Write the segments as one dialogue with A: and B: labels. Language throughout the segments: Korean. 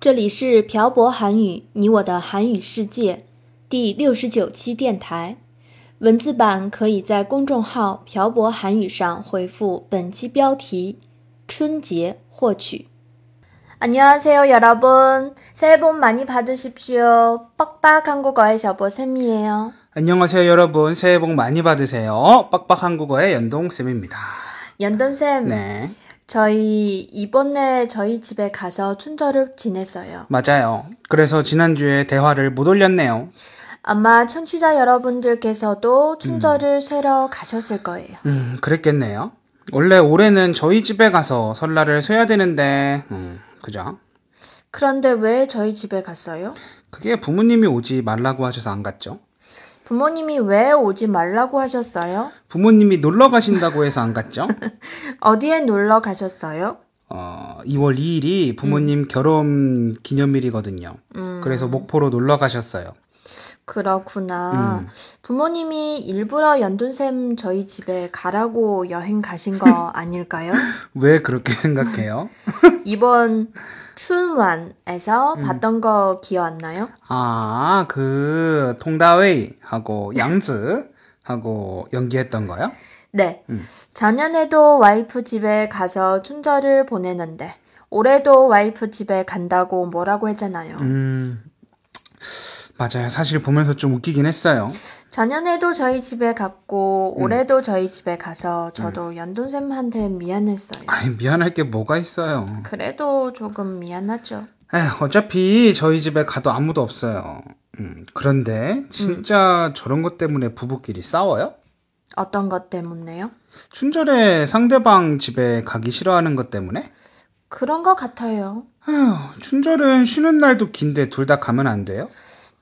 A: 这里是朴博韩语，你我的韩语世界第六十九期电台。文字版可以在公众号“朴博韩语”上回复本期标题“春节”获取。안녕하세요여러분새해복많이받으십시오빡빡한국어의저보쌤이에요
B: 안녕하세요 여러분 새해 복 많이 받으세요 빡빡 한국어의 연동쌤입니다
A: 연돈쌤,
B: 네
A: 저희 이번에 저희 집에 가서 춘절을 지냈어요.
B: 맞아요 그래서 지난주에 대화를 못 올렸네요
A: 아마 청취자 여러분들께서도 춘절을 쇠러 가셨을 거예요.
B: 음 그랬겠네요 원래 올해는 저희 집에 가서 설날을 쇠야 되는데 음 그죠
A: 그런데 왜 저희 집에 갔어요?
B: 그게 부모님이 오지 말라고 하셔서 안 갔죠
A: 부모님이 왜 오지 말라고 하셨어요?
B: 부모님이 놀러 가신다고 해서 안 갔죠
A: 어디에 놀러 가셨어요?
B: 어 2월 2일이 부모님 결혼 기념일이거든요 그래서 목포로 놀러 가셨어요
A: 그렇구나.
B: 음.
A: 부모님이 일부러 연돈쌤 저희 집에 가라고 여행 가신 거 아닐까요?
B: 왜 그렇게 생각해요?
A: 이번 춘완에서
B: 음.
A: 봤던 거 기억나요?
B: 아, 그 통다웨이하고 양즈하고 연기했던 거요?
A: 네.
B: 음.
A: 작년에도 와이프 집에 가서 춘절을 보내는데 올해도 와이프 집에 간다고 뭐라고 했잖아요.
B: 음. 맞아요. 사실 보면서 좀 웃기긴 했어요.
A: 작년에도 저희 집에 갔고 올해도 저희 집에 가서 저도 연돈쌤한테 미안했어요.
B: 아이, 미안할 게 뭐가 있어요.
A: 그래도 조금 미안하죠.
B: 에휴, 어차피 저희 집에 가도 아무도 없어요. 음, 그런데 진짜 저런 것 때문에 부부끼리 싸워요?
A: 어떤 것 때문에요?
B: 춘절에 상대방 집에 가기 싫어하는 것 때문에?
A: 그런 것 같아요.
B: 에휴, 춘절은 쉬는 날도 긴데 둘 다 가면 안 돼요?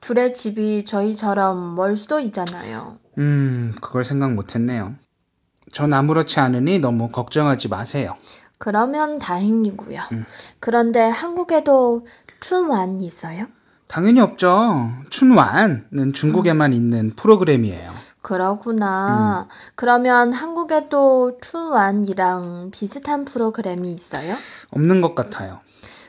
A: 둘의 집이 저희처럼 멀 수도 있잖아요.
B: 음, 그걸 생각 못 했네요. 전 아무렇지 않으니 너무 걱정하지 마세요.
A: 그러면 다행이고요. 그런데 한국에도 춘완이 있어요?
B: 당연히 없죠. 춘완은 중국에만 있는 프로그램이에요.
A: 그러구나. 그러면 한국에도 춘완이랑 비슷한 프로그램이 있어요?
B: 없는 것 같아요.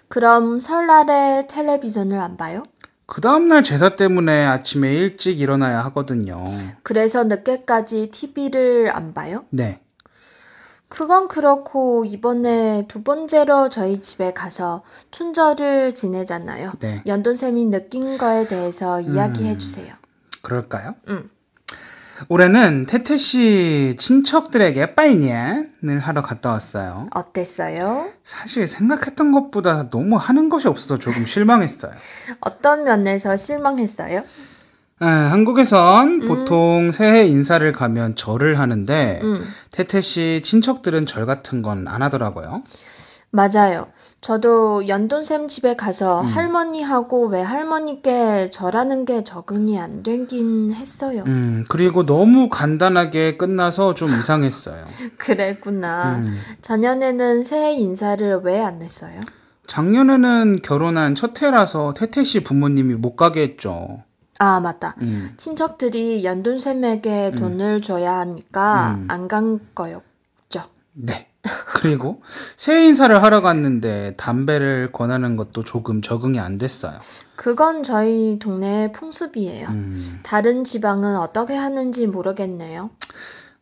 A: 그럼 설날에 텔레비전을 안 봐요?
B: 그 다음날 제사 때문에 아침에 일찍 일어나야 하거든요.
A: 그래서 늦게까지 TV를 안 봐요?
B: 네.
A: 그건 그렇고 이번에 두 번째로 저희 집에 가서 춘절을 지내잖아요.
B: 네. 음.
A: 연돈쌤이 느낀 거에 대해서 이야기해 주세요.
B: 그럴까요?
A: 음.
B: 올해는 태태 씨 친척들에게 빠이니엔을 하러 갔다 왔어요.
A: 어땠어요?
B: 사실 생각했던 것보다 너무 하는 것이 없어서 조금 실망했어요.
A: 어떤 면에서 실망했어요?
B: 아, 한국에선 보통 새해 인사를 가면 절을 하는데
A: 음.
B: 태태 씨 친척들은 절 같은 건 안 하더라고요.
A: 맞아요. 저도 연돈쌤 집에 가서
B: 음.
A: 할머니하고 외할머니께 절하는 게 적응이 안 되긴 했어요.
B: 음, 그리고 너무 간단하게 끝나서 좀 이상했어요.
A: 그랬구나.
B: 음.
A: 작년에는 새해 인사를 왜 안 했어요?
B: 작년에는 결혼한 첫 해라서 태태 씨 부모님이 못 가게 했죠.
A: 아, 맞다.
B: 음,
A: 친척들이 연돈쌤에게 돈을 줘야 하니까
B: 음.
A: 안 간 거였죠.
B: 네. 그리고 새해 인사를 하러 갔는데 담배를 권하는 것도 조금 적응이 안 됐어요.
A: 그건 저희 동네의 풍습이에요.
B: 음.
A: 다른 지방은 어떻게 하는지 모르겠네요.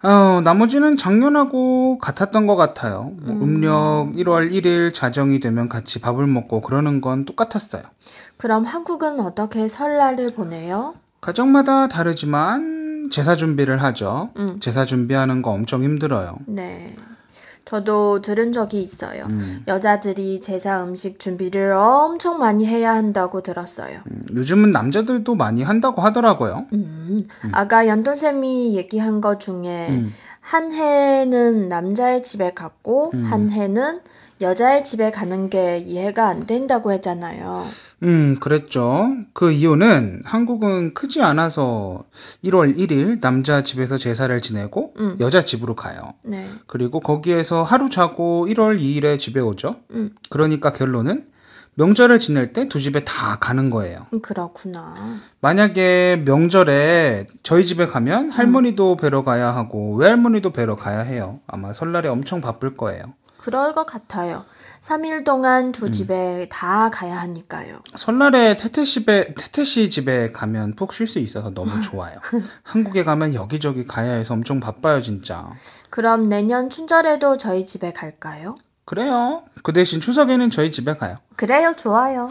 B: 어, 나머지는 작년하고 같았던 것 같아요. 뭐 음력 1월 1일 자정이 되면 같이 밥을 먹고 그러는 건 똑같았어요.
A: 그럼 한국은 어떻게 설날을 보내요?
B: 가정마다 다르지만 제사 준비를 하죠.
A: 음.
B: 제사 준비하는 거 엄청 힘들어요.
A: 네. 저도 들은 적이 있어요.
B: 음.
A: 여자들이 제사 음식 준비를 엄청 많이 해야 한다고 들었어요.
B: 음, 요즘은 남자들도 많이 한다고 하더라고요.
A: 음, 아까 연돈쌤이 얘기한 것 중에
B: 음.
A: 한 해는 남자의 집에 갔고 한 해는 여자의 집에 가는 게 이해가 안 된다고 했잖아요.
B: 음, 그랬죠. 그 이유는 한국은 크지 않아서 1월 1일 남자 집에서 제사를 지내고
A: 음.
B: 여자 집으로 가요.
A: 네.
B: 그리고 거기에서 하루 자고 1월 2일에 집에 오죠.
A: 음.
B: 그러니까 결론은 명절을 지낼 때 두 집에 다 가는 거예요.
A: 음, 그렇구나.
B: 만약에 명절에 저희 집에 가면 할머니도 뵈러 가야 하고 외할머니도 뵈러 가야 해요. 아마 설날에 엄청 바쁠 거예요.
A: 그럴 것 같아요. 3일 동안
B: 음.
A: 두 집에 다 가야 하니까요.
B: 설날에 태태 집에 태태 씨 집에 가면 푹 쉴 수 있어서 너무 좋아요. 한국에 가면 여기저기 가야 해서 엄청 바빠요, 진짜.
A: 그럼 내년 춘절에도 저희 집에 갈까요?
B: 그래요. 그 대신 추석에는 저희 집에 가요.
A: 그래요, 좋아요.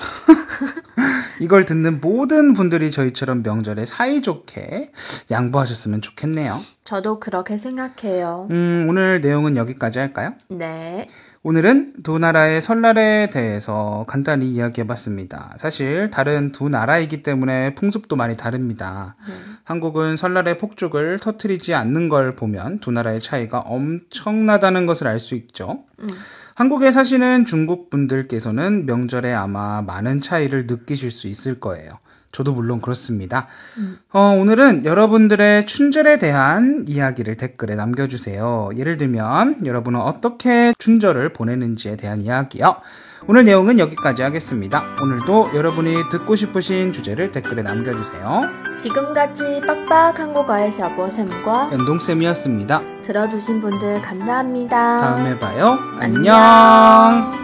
B: 이걸 듣는 모든 분들이 저희처럼 명절에 사이좋게 양보하셨으면 좋겠네요.
A: 저도 그렇게 생각해요.
B: 음, 오늘 내용은 여기까지 할까요?
A: 네.
B: 오늘은 두 나라의 설날에 대해서 간단히 이야기해봤습니다. 사실 다른 두 나라이기 때문에 풍습도 많이 다릅니다. 한국은 설날에 폭죽을 터트리지 않는 걸 보면 두 나라의 차이가 엄청나다는 것을 알 수 있죠.
A: 음.
B: 한국에 사시는 중국 분들께서는 명절에 아마 많은 차이를 느끼실 수 있을 거예요. 저도 물론 그렇습니다. 어, 오늘은 여러분들의 춘절에 대한 이야기를 댓글에 남겨주세요. 예를 들면 여러분은 어떻게 춘절을 보내는지에 대한 이야기요. 오늘 내용은 여기까지 하겠습니다. 오늘도 여러분이 듣고 싶으신 주제를 댓글에 남겨주세요.
A: 지금까지 빡빡 한국어의 샤버쌤과
B: 연동쌤이었습니다.
A: 들어주신 분들 감사합니다.
B: 다음에 봐요. 안녕.
A: 안녕.